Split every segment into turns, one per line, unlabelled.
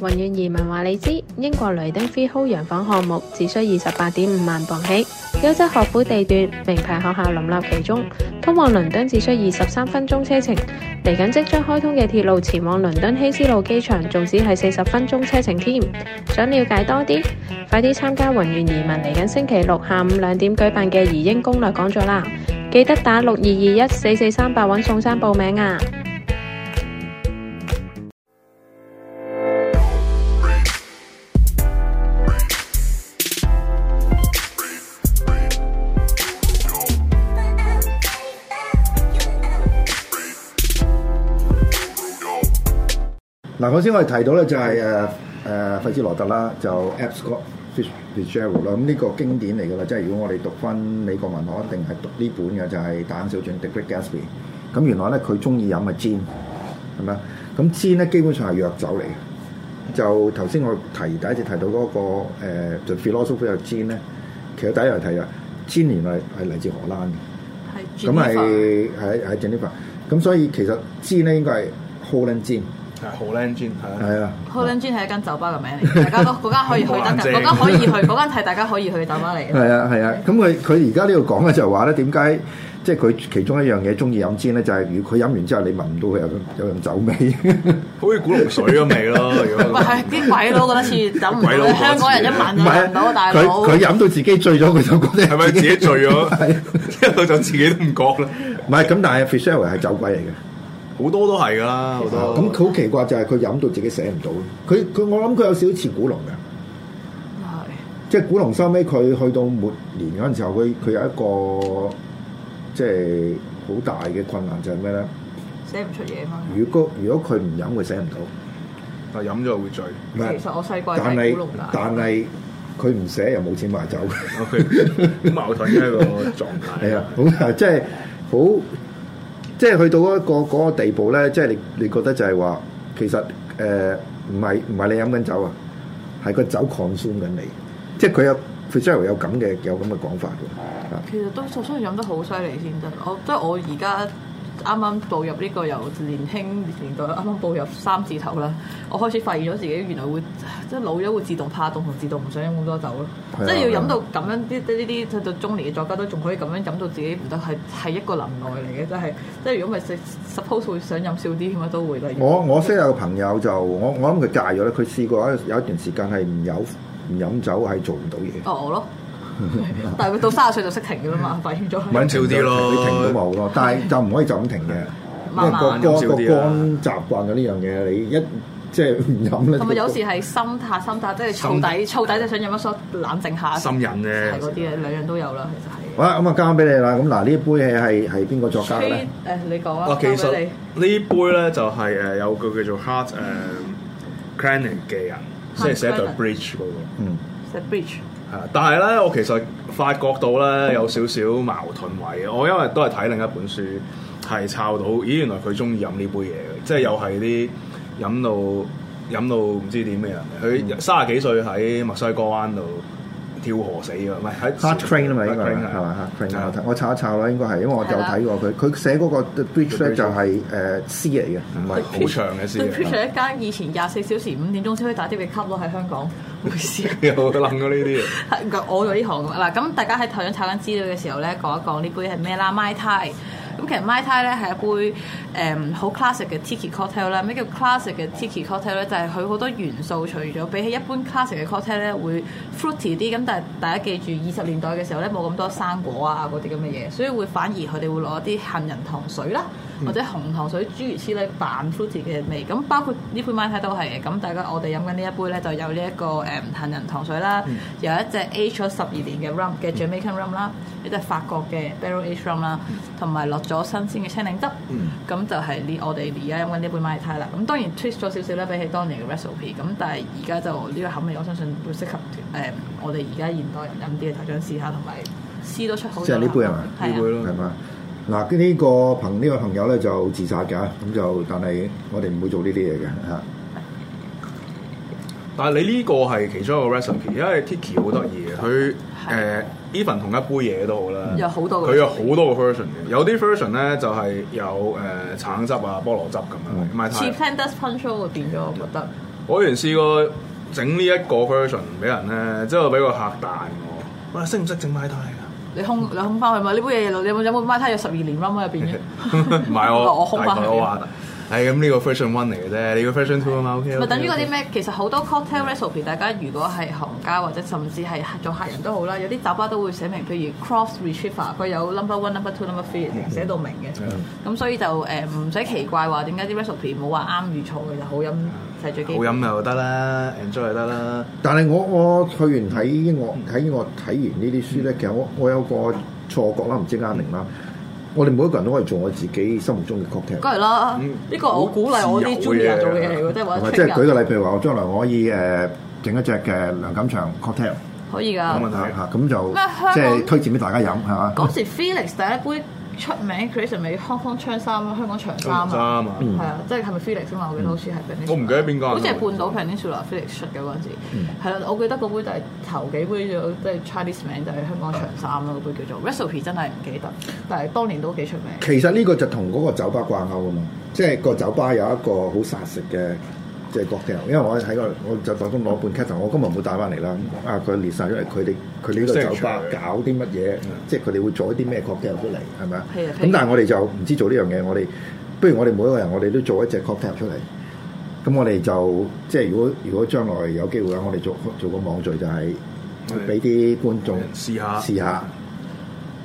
宏遠移民話你知，英國雷丁 freehold 洋房項目只需二十八點五萬磅起，優質學府地段，名牌學校林立其中，通往倫敦只需二十三分鐘車程。嚟緊即將開通嘅鐵路前往倫敦希斯路機場，仲只係四十分鐘車程添。想了解多啲，快啲參加宏遠移民嚟緊星期六下午兩點舉辦嘅移英攻略講座啦！記得打六二二一四四三八揾宋生報名啊！
嗱，頭先我哋提到咧就係誒誒費茲羅特啦，就 Abscott Fitzgerald 啦，咁呢個經典嚟噶啦，即係如果我哋讀翻美國文學，一定係讀呢本嘅，就係、大膽小傳 The Great Gatsby。咁原來咧佢中意飲嘅 gin 係咪啊？咁 gin 咧基本上係藥酒嚟嘅。就頭先我提第一次提到嗰、個、呃、就 philosophy of gin 咧，其實第一樣提啦，gin 原來係嚟自荷蘭嘅。咁係喺喺 Geneva，咁所以其實 gin 咧應該係 Holland gin。
係好靚專係啊！
係啊，
Holland Gin 係一間酒吧嘅名嚟，大家都嗰間可以去得，嗰間可以去，嗰間係大家可以去嘅酒吧 嚟嘅。
係啊，係啊。咁佢佢而家呢度講嘅就係話咧，點解即係佢其中一樣嘢中意飲煎咧，就係、如果佢飲完之後，你聞唔到佢有有樣酒味。
好似古龍水咁味咯。 如
喂，
果
係啲鬼佬覺得似走唔
鬼佬
到，
嗰次
香港人一晚就飲唔到，大
啊佢
佬。
佢飲到自己醉咗，佢就覺得
係咪自己醉
係
咗？ 之後就自己都唔覺啦。
唔係咁，但係 f i s h e r 係酒鬼嚟嘅。
好多都係㗎啦，好多
啊咁佢好奇怪就係佢飲到自己寫唔到。佢佢我諗佢有少少似古龍嘅。即係古龍收尾佢去到末年嗰陣時候，佢佢有一個即係好大嘅困難就係咩咧？
係寫唔出嘢嘛。
如果如果佢唔飲，佢寫唔到。
但啊飲咗會醉。
唔係
其實我細個
但
係
係
古龍大，
但係佢唔寫又冇錢買 酒，
好矛盾嘅一個狀 態。
係啊，好啊即係好，即係去到一個嗰、個地步咧，即係你你覺得就係話，其實誒唔係唔係你飲緊酒啊，係個酒 consume 緊你，即係佢有 f i t z e r 有咁嘅有咁嘅講法嘅，啊
其實都就需要飲得好犀利先得。我即係我而家。啱啱步入呢個由年輕年代，啱啱步入三字頭啦，我開始發現咗自己原來會即係老咗會自動怕凍同自動唔想飲咁多酒咯，
係啊
即係要飲到咁樣啲啲呢啲到中年嘅作家都仲可以咁樣飲到自己唔得，係係一個能耐嚟嘅，真係即係如果唔係食 suppose 會想飲少啲咁啊都會啦。
我我識有個朋友就我我諗佢戒咗咧，佢試過有一段時間係唔有唔飲酒係做唔到嘢。
哦 我咯，但係佢到三十歲就識停嘅啦嘛，發現咗。
咪少啲咯
你停都冇咯，但係就唔可以就咁停嘅，因為
慢慢
個
啊
飲
肝
少
個
啲啦
肝習慣咗呢樣嘢，你一 即係唔飲咧，
同埋有時係心態，心態即係燥底，燥底就想飲一梳冷靜下。
心癮啫
係嗰啲啊，兩樣都有啦，其
好啦，咁啊交翻俾你啦。咁嗱，呢一杯嘢係係邊個作
實
家
係。
嘅
吹
咧？
誒，你講
啊
啊，，
其實
交
呢
俾
杯咧就係誒有個叫做 Hart 誒 c r a n i n 嘅人，即係寫 The
Cranach
Bridge 嗰個。
嗯，
你 The Bridge
係啊啦但係咧，我其實發覺到咧有少少矛盾位嘅。我因為都係睇另一本書，係抄到，咦，原來佢中意飲呢杯嘢嘅，即係又係啲飲到飲到唔知點嘅人。
嗯
佢三十幾歲喺墨西哥灣度跳河死嘅，唔係喺
Hard Train 啊嘛，應該係
Hard Train，
係嘛？Hard
係
Train 我
啊
睇我查一查啦，應該係，因為我有睇過佢。佢寫嗰個 The Bridge 咧
The Bridge 嗯
就係誒詩嚟嘅，唔係
好長嘅啊
The
先。
Bridge 係一間以前廿四小時五點鐘先可以打的嘅 club 咯，喺 香港。唔好意思啊
有諗過呢啲嘢。
係 我做呢行㗎嗱，咁大家喺頭先查緊資料嘅時候咧，講一講呢杯係咩啦？Mai Tai。咁其實 Mai Tai 咧係一杯誒好、classic 嘅 Tiki cocktail 啦。咩叫 classic 嘅 Tiki cocktail 咧？就係佢好多元素，除咗比起一般 classic 嘅 cocktail 咧會 fruity 啲，咁但係大家記住二十年代嘅時候咧冇咁多生果啊嗰啲咁嘅嘢，所以會反而佢哋會攞一啲杏仁糖水啦，或者紅糖水諸如此類扮 fruity 嘅味。咁包括呢杯 Mai Tai 都係嘅。咁大家我哋飲緊呢一杯咧就有呢、一個誒、杏仁糖水啦。有一隻 age 咗十二年嘅 rum 嘅 Jamaican rum 啦，一隻法國嘅 barrel age rum 啦，同埋落咗新鮮嘅青檸汁，咁、就係呢我哋而家飲緊呢杯 Mai Tai 啦。咁當然 twist 咗少少啦，比起當年嘅 recipe，咁但係而家就呢個口味，我相信會適合誒、我哋而家現代人飲啲嘅，大家試下同埋試到出好。
即係呢杯係嘛
係
呢杯
啊
咯
係嘛？嗱，呢個朋呢個朋友咧就自殺㗎，咁就但係我哋唔會做呢啲嘢嘅嚇。
但係你呢個係其中一個 recipe，因為 Tiki 好得意嘅，佢誒 even 同一杯嘢都好啦，
有好多個
佢有好多個 version 嘅，有啲 version 咧就係有誒、呃、橙汁啊、菠蘿汁咁樣，唔係太
Cheap Flanders Punch 咯會變咗，我覺得
我以前試過整呢一個 version 俾人咧，之後俾個客彈我，喂，識唔識整啊 Mai Tai 㗎？
你空你空翻去嘛？呢杯嘢有冇有冇 m 睇有十二年 rum 喺入邊嘅？
唔係我，
我空
大
翻
概
去
我話，啊係咁呢個 version one 嚟嘅啫，你個 version two 啊嘛，OK
咪等於嗰啲咩？其實好多 cocktail recipe，大家如果係行家或者甚至係 做客人都好啦，有啲酒吧都會寫明，譬如 cross retriever，佢有 number one、number two、number three 寫到明嘅。咁所以就誒唔使奇怪話點解啲 recipe 冇話啱與錯嘅，就好飲就係最基
好
本。
飲又得啦，enjoy 又得啦，
但係我我去完睇英樂睇英樂睇完呢啲書咧，其實我我有個錯覺啦，唔知啱定啦。我哋每一個人都可以做我自己心目中嘅 cocktail。
梗係啦，
嗯
呢個我鼓勵我啲
好自由嘅
junior 做嘅嘢嚟嘅，即係或
係
者
咪即係舉
trainer
個例，譬如話我將來我可以誒整一隻嘅梁錦祥 cocktail
可以
冇
㗎。
問題。
嚇，咁就
咩香港
即係推薦俾大家飲係嘛？
嗰時 Felix 第一杯出名 creation 咪香港槍衫啊，香港長衫
衫
啊，
啊，嗯
係啊，即係係咪 Felix 啊嘛？我記得好似係 Peninsula
我唔記得邊個
好似係半島 Peninsula Felix 出嘅嗰陣時，係啦，我記得嗰杯就係頭幾杯就即係 Chinese 名就係香港長衫啦，嗰杯叫做 recipe 真係唔記得，但係當年都幾出名。
其實呢個就同嗰個酒吧掛鈎啊嘛，即係個酒吧有一個好殺食嘅即係 cocktail，因為我喺個我就當中攞半 c a 我今日冇帶翻嚟啦。啊，佢列晒咗嚟，佢哋佢呢個酒吧
Signature
搞啲乜嘢，即係佢哋會做一啲咩 cocktail 出嚟，係咪啊？
係啊係啊
咁但係我哋就唔知做呢樣嘢，我哋不如我哋每一個人我哋都做一隻 cocktail 出嚟。咁我哋就即係如果如果將來有機會啊嘅話，我哋做做個網聚就係俾啲觀眾
試下
試下。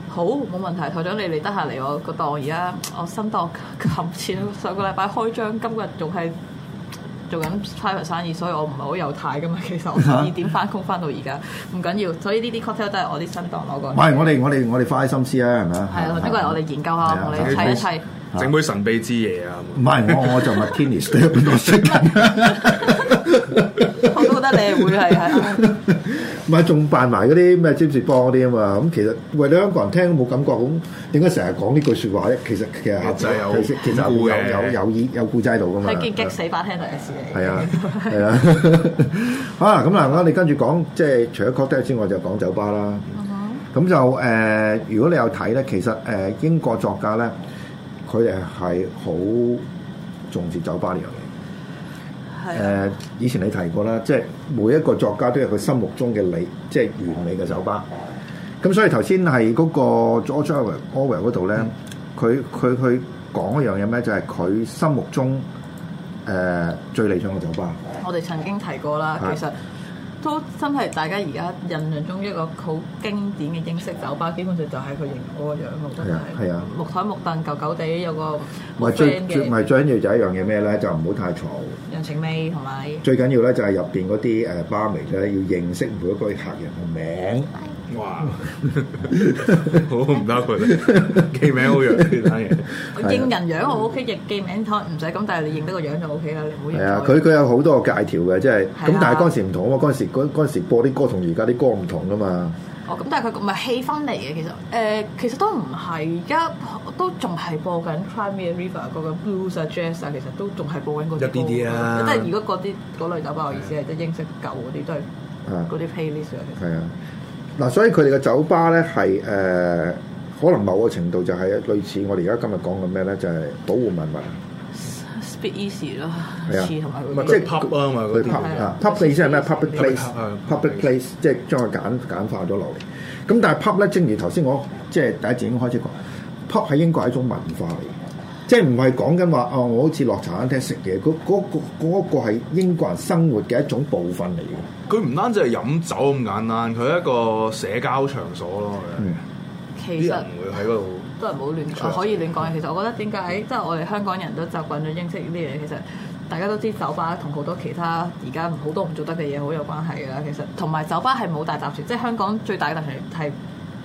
好，冇問題，台長你嚟得閒嚟我個檔，而家我新檔冚錢，上個禮拜開張，今日仲係做緊 private 生意，所以我唔係好有態噶嘛。其實我十二點翻工翻到而家，唔緊要，所以呢啲 cocktail 都係我啲新檔攞過
唔
嚟。
係我哋我哋我哋花啲心思啊，係咪啊？
係啊，呢個係我哋研究下，
係啊
我
係啊
哋砌一砌。
整杯神秘之夜啊，
唔係， 我我就咪 tennis 都喺度識緊。
我都覺得你會係係
唔係仲扮埋嗰啲咩占士邦嗰啲啊嘛，咁其實為咗香港人聽都冇感覺，咁點解成日講呢句説話咧？其實其實
其實有
其實其實
故嘅
有有有意有故仔喺度噶嘛。
係見激死把聽第一次嚟。
係啊，係啊。 啊，咁嗱，我哋跟住講，即係除咗 cocktail 之外，就講酒吧啦。
嗯
咁就誒、呃如果你有睇咧，其實誒、呃英國作家咧，佢哋係好重視酒吧呢樣嘢。誒、
係啊，
以前你提過啦，即係每一個作家都有佢心目中嘅理，即係完美嘅酒吧。咁所以頭先係嗰個 George Orwell Orwell 嗰度
嗯
咧，佢佢佢講一樣嘢咩？就係、佢心目中誒、呃最理想嘅酒吧。
我哋曾經提過啦，
係
其實。都真係大家而家印象中一個好經典嘅英式酒吧，基本上就係佢型嗰個樣，我覺
係
得
啊係啊
木台木凳，舊舊地有個
唔係
好 f r
最
i
最唔
嘅
係最緊要就係一樣嘢咩咧？就唔好太嘈。
人情味同埋
最緊要咧就係入邊嗰啲誒巴眉咧，要認識每一個客人嘅名。
哇， 好唔得佢哋記名好弱呢單嘢。
啊
認人樣我 OK，認記名可能唔使咁，但係你認得個樣就 OK 啦，你唔好認
係啊，
錯
佢佢有好多個界條嘅，即係
係
咁
啊，
但係嗰陣時唔同啊嘛，嗰陣時嗰嗰陣時播啲歌同而家啲歌唔同噶嘛。
哦，咁但係佢唔係氣氛嚟嘅，其實誒、其實都唔係，而家都仲係播緊 Cry Me a River 嗰個 blues 啊 jazz 啊，其實都仲係播緊嗰啲歌
一啲啲啊
即係如果嗰啲嗰類酒吧，我意思係即係英式舊嗰啲都係
啊
嗰啲 playlist 啊，
係啊，嗱，所以佢哋嘅酒吧咧係誒，可能某個程度就係類似我哋而家今日講嘅咩咧，就係、保護文物，
其實 Speak Easy 咯，
係啊
似同埋
唔
嗰啲
係即
即係
係 pub 啊嘛，嗰
佢
啲
pub 啊
係啊
，pub 你意思係咩？public
Public
place
pub 啊
，public place 即係將佢簡簡化咗落嚟。咁但係 pub 咧，正如頭先我即係第一節已經開始講，pub 喺英國係一種文化嚟嘅。即係唔係講緊話哦，我好似落茶餐廳食嘢，嗰嗰、個嗰、個係英國人生活嘅一種部分嚟嘅。
佢唔單止係飲酒咁簡單，佢係一個社交場所咯。
嗯
其實
啲人。會喺嗰度，
都係唔好亂講，可以亂講嘅。其實我覺得點解即係我哋香港人都習慣咗英式呢啲嘢，其實大家都知酒吧同好多其他而家好多唔做得嘅嘢好有關係㗎啦。其實同埋酒吧係冇大集團，即係香港最大嘅集團係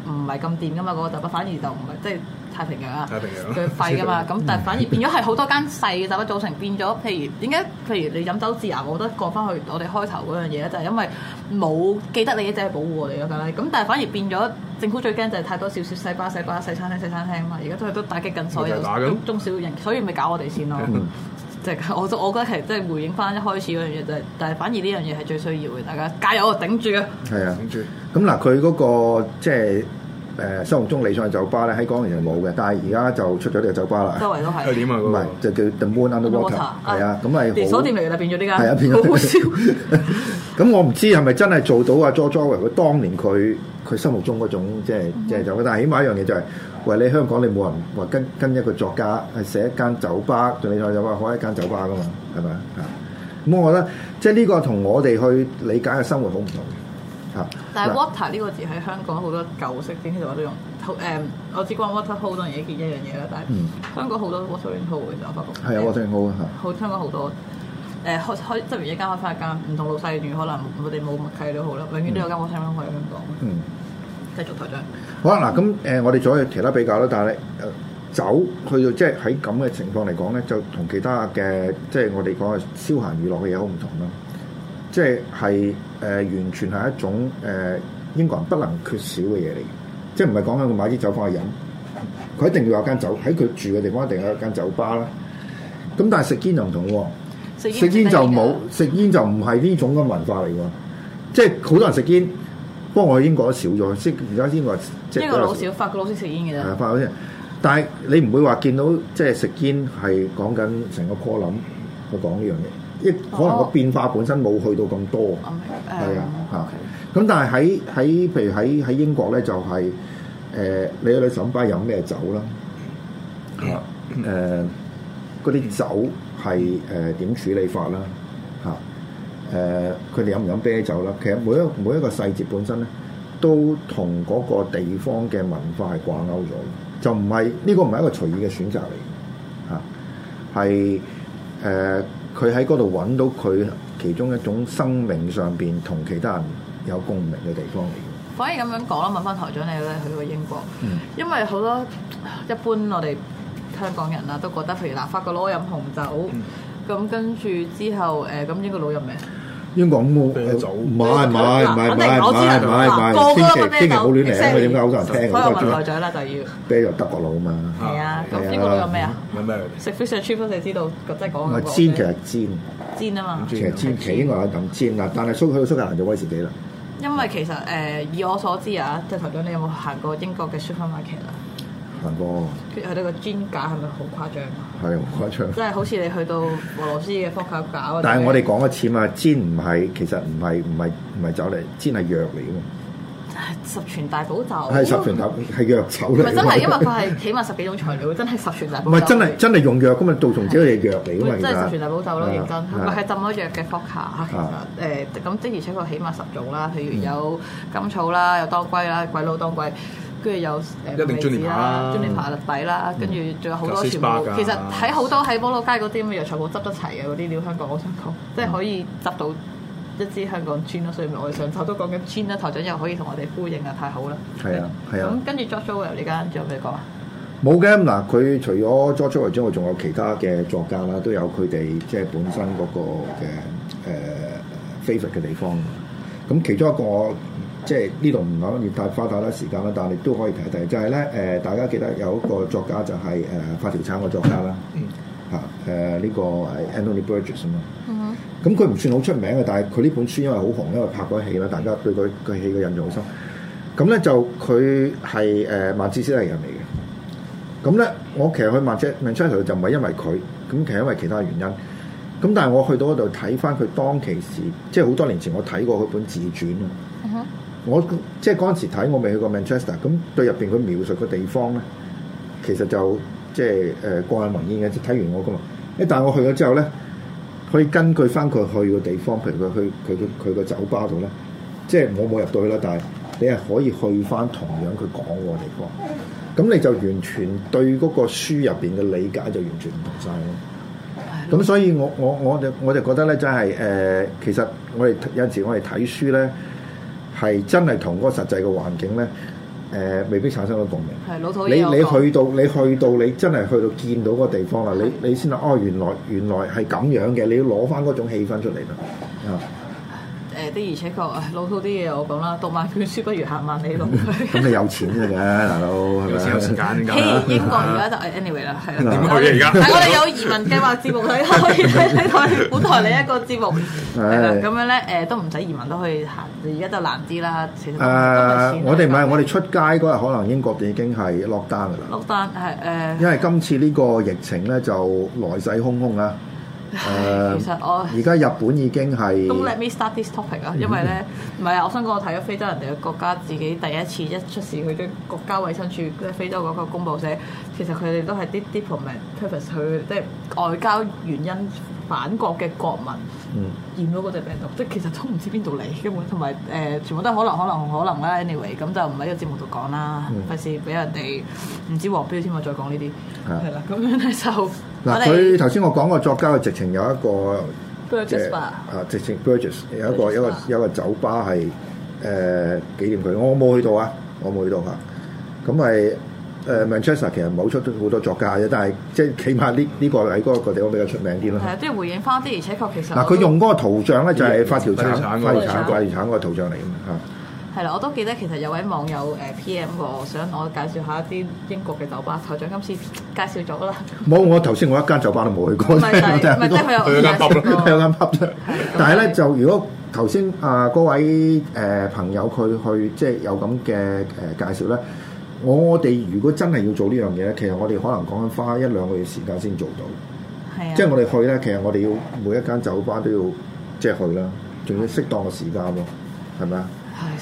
唔係咁掂㗎嘛？嗰、個酒吧反而就唔係即係太平洋啊。
太平洋
佢廢㗎 嘛，咁
嗯
但係反而變咗係好多間細嘅酒吧組成，變咗譬如點解？譬如你飲酒自牙，我覺得講翻去我哋開頭嗰樣嘢咧，就係因為冇記得你一隻係保護我哋咯，梗係。咁但係反而變咗政府最驚就係太多少少細巴細巴細餐廳細餐廳啊嘛，而家都係都打擊緊所
咪
有
就係打緊嗯
中小型，所以咪搞我哋先咯。即係我我覺得其實即係回應翻一開始嗰樣嘢，就係但係反而呢樣嘢係最需要嘅，大家加油啊，頂住啊！
係啊。
諗住
咁嗱，佢嗰、個即係誒心目中理想嘅酒吧咧，喺港年就冇嘅，但係而家就出咗呢個酒吧啦。
周圍都
係
係。
點啊？
唔
嗰
係就
個
叫 The Moon Underwater，係啊，咁係
連
好
鎖店嚟㗎啦，變咗呢間，
係啊，變咗
好好笑。
咁我唔知係咪真係做到啊 Jo Jo 佢當年佢佢心目中嗰種即係
嗯
即係酒，但係起碼一樣嘢就係、喂你香港你冇人話跟跟一個作家係寫一間酒吧，對你再酒吧開一間酒吧噶嘛，係咪啊？咁我覺得即係呢個同我哋去理解嘅生活好唔同嘅嚇。
但係
嗱
water 呢個字喺香港好多舊式啲，其實我都用。好誒，我只關 water hole 當然一件一樣嘢啦，但
嗯
係香港好多 watering hole 嘅，其實我發覺。
係啊，我聽好啊嚇。
好香港好多誒開開執完一間開翻一間，唔同老細員可能我哋冇默契都好啦，永遠都有間 w a t e r 喺香港。
嗯，
繼續台長，
好啦嗱，咁誒、呃我哋再去其他比較啦，但係誒、酒去到即係喺咁嘅情況嚟講咧，就同其他嘅即係我哋講嘅消閒娛樂嘅嘢好唔同啦。即係係誒完全係一種誒、英國人不能缺少嘅嘢嚟嘅，即係唔係講緊佢買啲酒翻去飲，佢一定要有間酒喺佢住嘅地方一定有一間酒吧啦。咁但係食煙就唔同喎。食煙就冇，食煙就唔係呢種嘅文化嚟喎。即係好多人食煙，不過我喺英國都少咗，即係而家英國即係
一個老少，法國老少食煙嘅
係啊
啫。
發先。但係你唔會話見到即係食煙係講緊成個科林去講呢樣嘢，因為可能個
哦
變化本身冇去到咁多。
我明
係啊
誒
嚇
OK
咁但係喺喺譬如喺喺英國咧就係、呃你去酒吧飲咩酒啦？嗯嚇誒嗰啲酒係誒點處理法啦？嚇誒佢哋飲唔飲啤酒啦？其實每一個每一個細節本身咧都同嗰個地方嘅文化係掛鈎咗嘅，就唔係呢個唔係一個隨意嘅選擇嚟嘅嚇。係誒佢喺嗰度揾到佢其中一種生命上邊同其他人有共鳴嘅地方嚟嘅。
反而咁樣講啦，問翻台長你咧去過英國，
嗯
因為好多一般我哋香港人啊啦都覺得，譬如嗱法國佬飲紅酒，
嗯
咁跟住之後誒咁英國佬飲咩？
英國冇
啤酒
唔係唔係唔係唔係唔係唔係唔係，千祈千祈好亂嚟，因為點解好多人聽
所以我問
我
台長啦，就要
啤酒德國佬啊嘛，
係啊，
係
咁
啊
英國佬飲咩啊？
係咩嚟㗎？
食 fish and chips 你知道，即係講
唔係
嗰個
煎其實煎，
煎啊嘛。
其實煎其實應該係咁煎啦，但係蘇去到蘇格蘭就威士忌啦。
因為其實誒、呃以我所知啊，即係頭長你有冇行過英國嘅 supermarket 啊？
行過
佢佢哋個煎架係咪好誇張啊？
係好誇張，
即係好似你去到俄羅斯嘅方塊架，
但係我哋講一次嘛，煎唔係其實唔係唔係唔係酒嚟，煎係藥嚟㗎嘛。
唉十全大補酒，
係十全大係藥酒
哦唔
嚟㗎嘛。
係真係，因為佢係起碼十幾種材料，真係十全大補酒。
唔係真係真係用藥咁啊，杜松子係藥嚟㗎嘛，
真
其實啊
係十全大補酒咯，認真。唔係係
係
浸咗藥嘅 f o c a 其實誒呃咁的而且確起碼十種啦，譬如
嗯
有甘草啦，有當歸啦，鬼佬當歸。跟住有誒呃
一定
梅子
juniper 啦
專利牌特底啦，
嗯
跟住仲有好多
有
全部
Sisbach 啊，
其實喺好多喺摩羅街嗰啲咁嘅藥材鋪執得齊嘅嗰啲料，香港我想講，即係可以執到一支香港 gin 咯，所以咪我哋上頭都講緊 gin 啦，台長又可以同我哋呼應啊，太好啦！
係啊係啊
咁。跟住 George Orwell 呢間仲有咩講啊？
冇嘅咁嗱，佢除咗 George Orwell 之外，仲有其他嘅作家啦，都有佢哋即係本身嗰個嘅誒 favorite 嘅地方。咁其中一個即係呢度唔講要太花太多時間啦，但係都可以提一提，就係咧誒，大家記得有一個作家就係、誒、發條橙嘅作家啦，嚇誒呢個係 Anthony Burgess 啊嘛。咁佢唔算好出名嘅，但係佢呢本書因為好紅，因為拍過戲啦，大家對佢佢戲嘅印象好深。咁咧就佢係誒曼徹斯特人嚟嘅。咁咧，我其實去曼徹 Manchester 就唔係因為佢，咁其實因為其他原因。咁但係我去到嗰度睇翻佢當其時，即係好多年前我睇過佢本自傳啊。我即係嗰陣時睇，我未去過 Manchester，咁對入邊佢描述嘅地方咧，其實就即係誒過眼雲煙嘅。即係睇完我噶嘛，誒但係我去咗之後咧，可以根據翻佢去嘅地方，譬如佢去佢佢佢個酒吧度咧，即係我冇入到去啦，但係你係可以去翻同樣佢講嗰個地方。咁你就完全對嗰個書入邊嘅理解就完全唔同晒咯。咁所以我我我就我就覺得咧，真係誒、呃其實我哋有陣時我哋睇書咧，係真係同嗰個實際嘅環境咧，誒、未必產生到共鳴。
係老土嘢
你
有
你
講
去到你去到你真係去到見到嗰個地方啦，你你先啦，哦原來原來係咁樣嘅，你要攞翻嗰種氣氛出嚟啦。啊
誒的呃的而且確唉老土啲嘢我講啦，讀萬卷書不如行萬 里路。
咁你有錢嘅啫， 大佬係
有時有時
咪？
間 㗎
嘿，
啊
啦。
英國 而家就 anyway 啦，係啦。
點去嘅而家
係我哋有移民計劃節目，睇可以睇睇睇本台另一個節目。係啦，
係
咁樣咧誒都唔使移民都可以行，而家就難啲啦。其實
誒、我哋唔係，我哋出街嗰日可能英國已經係 lock down 㗎啦。
落單係誒。
因為今次呢個疫情咧就來勢洶洶啊！誒、
其實我
而家日本已經係
Don't let me start this topic 啊，因為 咧唔係啊，我想講我睇咗非洲人哋嘅國家，自己第一次一出事，佢啲國家衛生署即係非洲嗰個公佈寫，其實佢哋都係啲 diplomat purpose 去即係外交原因反國嘅國
嗯
民驗到嗰隻病毒，即係其實都唔知邊度嚟根本，同埋誒全部都係可能可能可能啦。anyway，咁就唔喺個節目度講啦，
嗯
費事俾人哋唔知黃標添啊！再講呢啲
啊
係啦，咁樣咧就
嗱，佢頭先我講個作家嘅直情有一個
我哋
即
Burgess
係
吧
啊，直情 Burgess 有一個
Burgess
有一個
吧
有一個酒吧係誒、紀念佢，我冇去到啊，我冇去到啊。咁咪誒 Manchester 其實冇出好多作家嘅，但係即係起碼呢呢個喺嗰個地方比較出名啲啦。
係啊，即係回應翻啲，而且確其實
嗱，
我都
佢用嗰個圖像咧就係發條橙、發
發條
條橙、
橙
嗰個
發條橙嗰個圖像嚟嘅嘛
係啦，我都記得其實有位網友誒 PM 過我，想我介紹下一啲英國嘅酒吧。頭長今次介紹咗啦，
嚇。冇，我頭先我一間酒吧都冇去過。
唔 係就係唔係即係佢有
佢有間 pub
咯
佢有間 pub 啫。但係咧就如果頭先啊嗰位誒朋友佢去即係有咁嘅誒介紹咧，我我哋如果真係要做呢樣嘢咧，其實我哋可能講緊花一兩個月時間先做到。
係啊，
即係我哋去咧，其實我哋要每一間酒吧都要即係去啦，仲要適當嘅時間喎，係咪啊？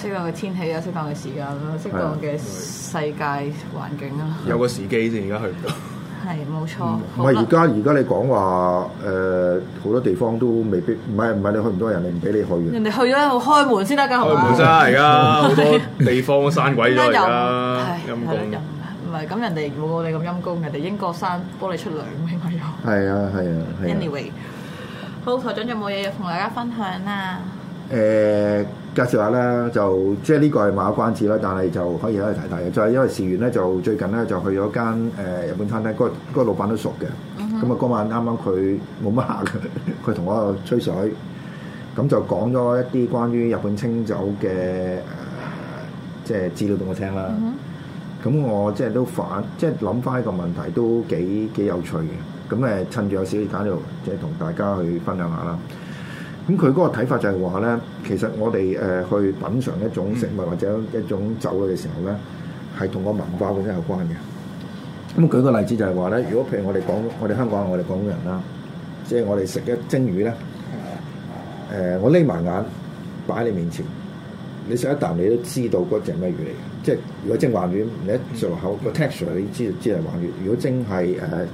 係適當嘅天氣啊，適當嘅時間啦，適當嘅世界環境啊，
有個時機先，而家去唔到。
係冇錯。
唔
好啊
係
啦
而家而家你講話誒好多地方都未必，唔係唔係你去唔到人哋唔俾你去嘅。
人哋去咗喺度開門先得㗎，係
開
嘛？
門啦，而家好多地方都閂鬼咗而
人
家，
係
陰
係啦
公
人。唔係咁，人哋冇我哋咁陰公，人哋英國山幫你出糧，起碼有。
係啊係啊係啊。
anyway，好台長有冇嘢要同大家分享啊？
誒、呃介紹下啦，就即係呢個係馬關子啦，但係就可以喺度睇睇嘅。就係因為事緣咧，就最近咧就去咗間誒日本餐廳，嗰、個嗰個老闆都熟嘅。咁啊嗰晚啱啱佢冇乜客嘅，佢同我吹水，咁就講咗一啲關於日本清酒嘅誒、呃即係資料俾我聽啦。咁、我即係都反，即係諗翻一個問題都幾幾有趣嘅。咁誒趁住有少時間就即係同大家去分享下啦。咁佢嗰個睇法就係話咧，其實我哋誒、呃去品嚐一種食物或者一種酒類嘅時候咧，係同個文化本身有關嘅。咁舉個例子就係話咧，如果譬如我哋講我哋香港我哋廣東人啦，即係我哋食一蒸魚咧，誒、呃我匿埋眼擺喺你面前，你食一啖你都知道嗰隻係咩魚嚟嘅，即係如果蒸鯇魚，你一食落口個 texture 你知知係鯇魚；如果蒸係誒誒呃誒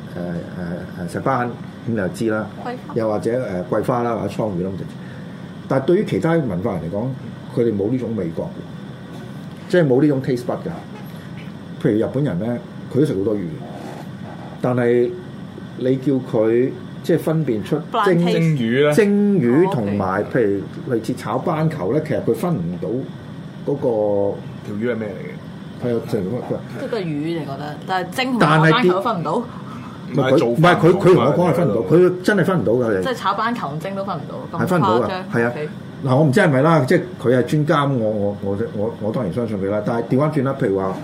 呃誒石斑，咁你就知啦。
桂花
又或者誒、呃、桂花啦，或者倉魚啦咁就。但係對於其他文化人嚟講，佢哋冇呢種味覺嘅，即係冇呢種 taste bud 㗎。譬如日本人咧，佢都食好多魚，但係你叫佢即係分辨出
Blind
蒸
taste
蒸魚咧，
蒸魚
哦，OK
同埋譬如類似炒斑球咧，其實佢分唔到嗰個。
條魚係咩嚟
係啊，就係咁啊佢話
即係個魚你覺得，但係蒸同
但
埋
係
斑
啲
球都分唔到，
唔係
嘅？
佢，唔係佢，佢同我講係分唔到，佢真係分唔到㗎。
即
佢哋
係炒斑球同蒸都分唔到，咁
係分唔到㗎
誇張
係啊
OK
嗱，我唔知係咪啦，即係佢係專家，咁我我我我我當然相信佢啦。但係調翻轉啦，譬如話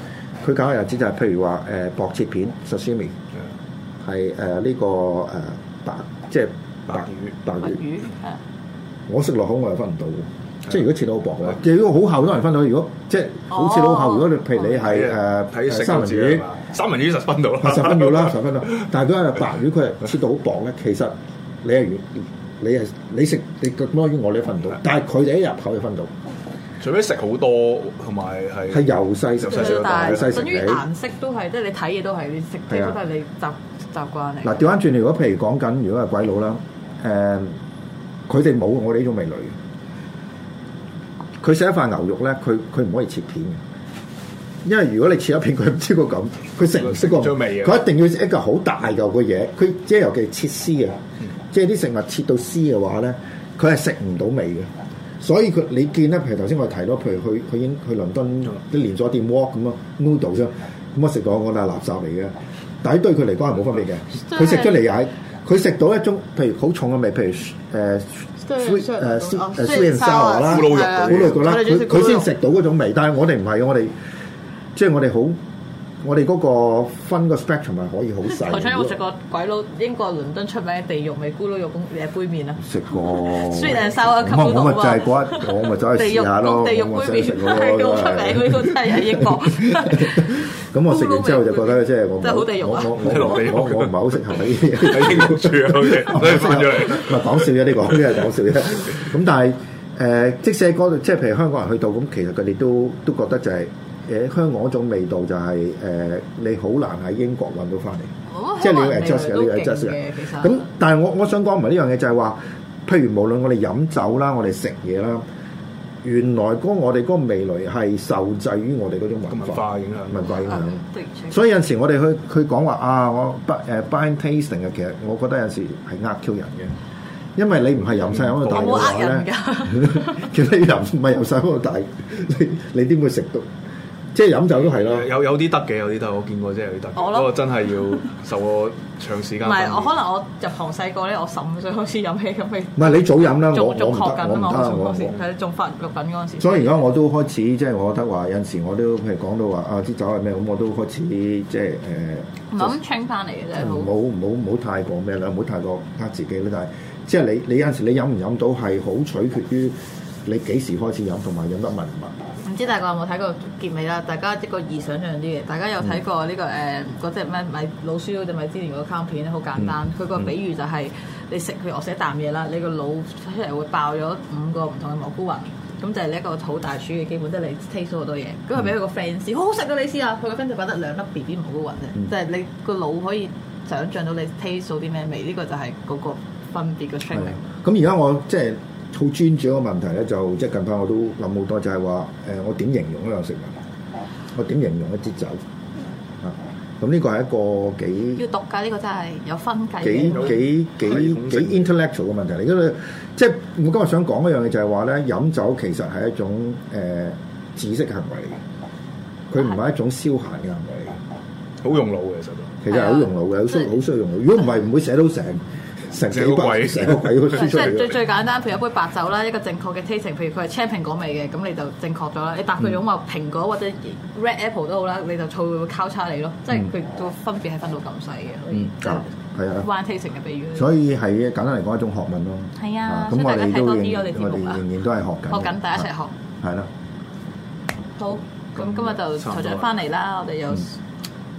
佢搞嘅日子就係譬如話誒薄切片 sashimi 係誒呢個誒白即係
白魚
白
墨
魚，
魚係啊
我食落口我係分唔到嘅，即係如果切到好薄嘅，如果好厚當然分到，如果即係好似老厚，如果你譬如你係誒
啊睇
誒
食
三文魚。啊
三文魚實分到啦，
十分秒啦，十分啦。但係佢係白魚，佢係切到好薄咧。其實你係魚你係你食你個多魚，我哋都分唔到。但係佢哋一入口就分到，
除非食好多，同埋係
係由細
由
食
細食
細
到大
啊但
細
係
食
等於
起。
顏色都係，即係你睇嘢都係，你食
係
嘢
啊
都係你習習慣嚟。
嗱，調翻轉，如果譬如講緊，如果係鬼佬啦，誒，佢哋冇我哋呢種味蕾嘅。佢食一塊牛肉咧，佢佢唔可以切片嘅。因為如果你切一片，佢唔知個咁，佢食唔識個
食唔出味嘅啊
佢一定要一個好大嚿嘅嘢，佢即係尤其係切絲啊，
嗯
即係啲食物切到絲嘅話咧，佢係食唔到味嘅。所以佢你見咧，譬如頭先我提到，譬如去去英去倫敦
嗯
啲連鎖店 walk 咁啊 noodle 啊啫，咁我食過我覺得係垃圾嚟嘅，但係對佢嚟講係冇分別嘅。佢食咗嚟又係，佢食到一種譬如好重嘅味，譬如誒 sweet 誒 sweet 誒 sweet and sour 啦，啊
咕嚕肉
好
嗰啲
類個啦，
我哋中
佢
意食
佢
咕嚕
先
肉
食到嗰種味。但係我哋唔係，我哋即係我哋好，我哋嗰個分個 spectrum 係可以好細。
頭先我食過鬼佬英國倫敦出名嘅地獄味咕 嚕肉公誒杯麵啊！
食過
Sweet and sour
咁啊我咪就係
cup
嗰
noodle
一，我咪走去
地
試
獄
下咯，
地獄
我咪
杯
想食
麵
咯
係好出名，呢個真係喺英國。
咁我食完之後就覺得即係我唔
真係好地獄啊
我我我我我唔係好適合呢啲嘢。
喺英 國住啊，OK，所以搬咗嚟。
唔係講笑啫，呢個呢係講笑啫。咁但係誒、呃即使喺嗰度，即係譬如香港人去到，咁其實佢哋都都覺得就係、誒香港嗰種味道就係、誒、你好難喺英國揾到翻嚟。 即係你要 adjust 嘅，你要 adjust 嘅
嘅。其實
咁但係我我想講唔係呢樣嘢，就係話，譬如無論我哋飲酒啦，我哋食嘢啦，原來嗰我哋嗰個味蕾係受制於我哋嗰種文
文
化
化影響
文化影響。
的而且確
所以有陣時我哋去去講話啊，我不誒 blind tasting 啊，其實我覺得有陣時係呃 Q 人嘅，因為你唔係由細喺度大嘅
我冇
話
呃人
咧，
㗎，
其實你由唔係由細喺度大，你你點會食到？即係飲酒都係啦。
嗯
有有啲得嘅，有啲得，我見過真係有啲得嘅。
我諗
不過真係要受我長時
唔
間訓練。
係我可能我入行細個咧，我十五歲開始飲起咁嘅，
唔係你早飲啦，我我
仲
唔
仲學緊
得，我
啊
唔
嘛，
得，
我
我
嗰時
我
係仲發育緊嗰陣時。
所以而家我都開始即係我覺得話有陣時我都譬如講到話啊支酒係咩咁，我都開始即係誒，
唔係咁 train 翻嚟嘅啫，
唔
好
好唔好唔好太過咩啦，唔好太過呃自己啦。但係即係你你有陣時你飲唔飲到係好取決於你幾時開始飲同埋飲得密唔密。
唔知大家有冇睇過結尾啦？大家一個易想象啲嘅，大家
嗯
有睇過呢、個誒嗰只咩米老鼠嗰只米芝蓮嗰卡通片咧，好簡
嗯
單。佢個、比喻就係、你食佢我食一啖嘢啦，你個腦出嚟會爆咗五個唔同嘅蘑菇雲。咁就係你一個好大廚嘅基本，即係你 taste 到好多嘢。咁
嗯
佢俾佢個 friend 試，好好食啊！你試下，佢個 friend 就覺得兩粒 B B 蘑菇雲啫，
嗯
即係你個腦可以想像到你 taste 到啲咩味。呢、個就係嗰個分別嘅 training。
咁而家我即係好專注一個問題咧，就即係近排我都諗好多，就係話誒我點形容呢樣食物，我點形容一支酒啊？咁呢個係一個幾
要讀㗎，呢、個真係有分計
幾
嘅。
幾
系
幾
統性
幾 intellectual 嘅問題嚟，因為即係我今日想講一樣嘢就係話咧，飲酒其實係一種誒、呃知識行為嚟嘅，佢唔係一種消閒嘅行為嚟嘅，
好用腦嘅，其實都。
其實係好用腦嘅，好需
係啊
好需要用腦。如果唔係唔會寫到成成
成
幾
個
百
櫃
成個鬼都
即係
輸出嚟
最
嘅。
最簡單，譬如一杯白酒啦，一個正確嘅 tasting，譬如佢係青蘋果味嘅，咁你就正確咗啦。你搭佢種話蘋果或者 red apple 都好啦，你就醋會交叉你咯。即係佢個分別係分到咁細嘅，可以
嗯，啊係啊，
one tasting 嘅比喻。
所以係簡單嚟講一種學問咯。
係
啊
啊，所
咁
以
我
大家
哋
睇
都
多
仍
啲我
我
哋節目
哋
啊，
仍然都係學緊
學
嘅，啊
緊大家一齊學。
係啦。
好，咁今日就台長翻嚟啦，我哋
嗯
又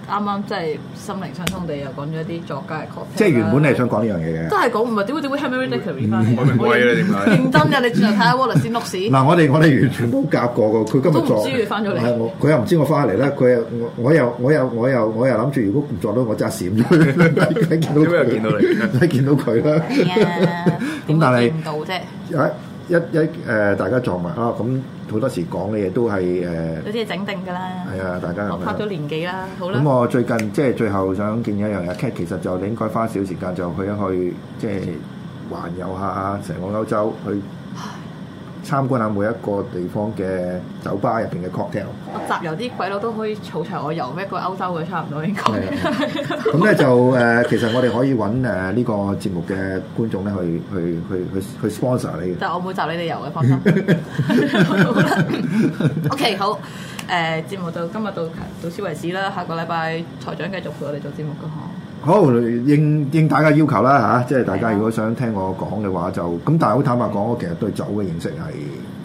啱啱即係心靈相通地又講咗啲作家嘅 c
即係原本你係想講呢樣嘢嘅。
真係講唔係點會點會 Henry
嗯
Dickory 翻嚟啊？
我明威啦點解
認真嘅，你轉頭睇下 Wallace 先 notes。
嗱，我哋我哋完全冇夾過噶，佢今
都
日
唔
撞，
知佢返咗嚟
係啊我佢又唔知我翻嚟咧，佢又我我又我又我又我又諗住，如果唔撞到我，就閃咗佢。睇見到
點解又
佢，
見到你
睇見到佢啦。
係啊，
咁
點會
但係
見唔到啫。
一一一誒，大家撞埋啊！咁好多時講嘅嘢都係誒，
有啲嘢整定㗎啦。
係啊，大家
我
咁
拍咗
樣。
年紀啦，好啦
咁，我最近即係最後想建議一樣嘢，Cat 其實就你應該花少時間就去一去，即係環遊下成個歐洲，去參觀下每一個地方嘅酒吧入邊嘅 cocktail。
我集郵啲鬼佬都可以儲齊我遊咩個歐洲嘅差唔多應該。
啊咁咧就誒、呃其實我哋可以揾誒呢個節目嘅觀眾咧，去去去去去 sponsor 你嘅。
但我冇集你哋遊嘅，放心。 好啦，OK，好。誒節目到今日到到此為止啦，下個禮拜台長繼續陪我哋做節目㗎嗬。
好應應大家要求啦嚇、即係大
啊
家如果想聽我講嘅話就咁，但係好坦白講，我其實對酒嘅認識係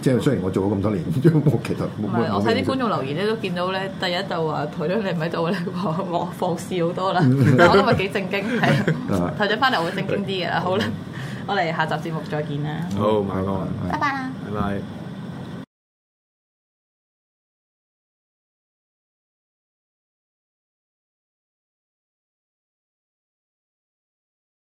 即係雖然我做咗咁多年， 我其實
唔
冇
係，
冇
我睇啲觀
冇
眾留言咧都見到咧，第一就話 台長你唔喺度咧，話我放肆好多啦。但我今日幾正經，
啊
嗯 係台長翻嚟我會正經啲嘅啦。好啦，我哋下集節目再見啦，
嗯
好，晚安，
係
拜拜。
拜拜。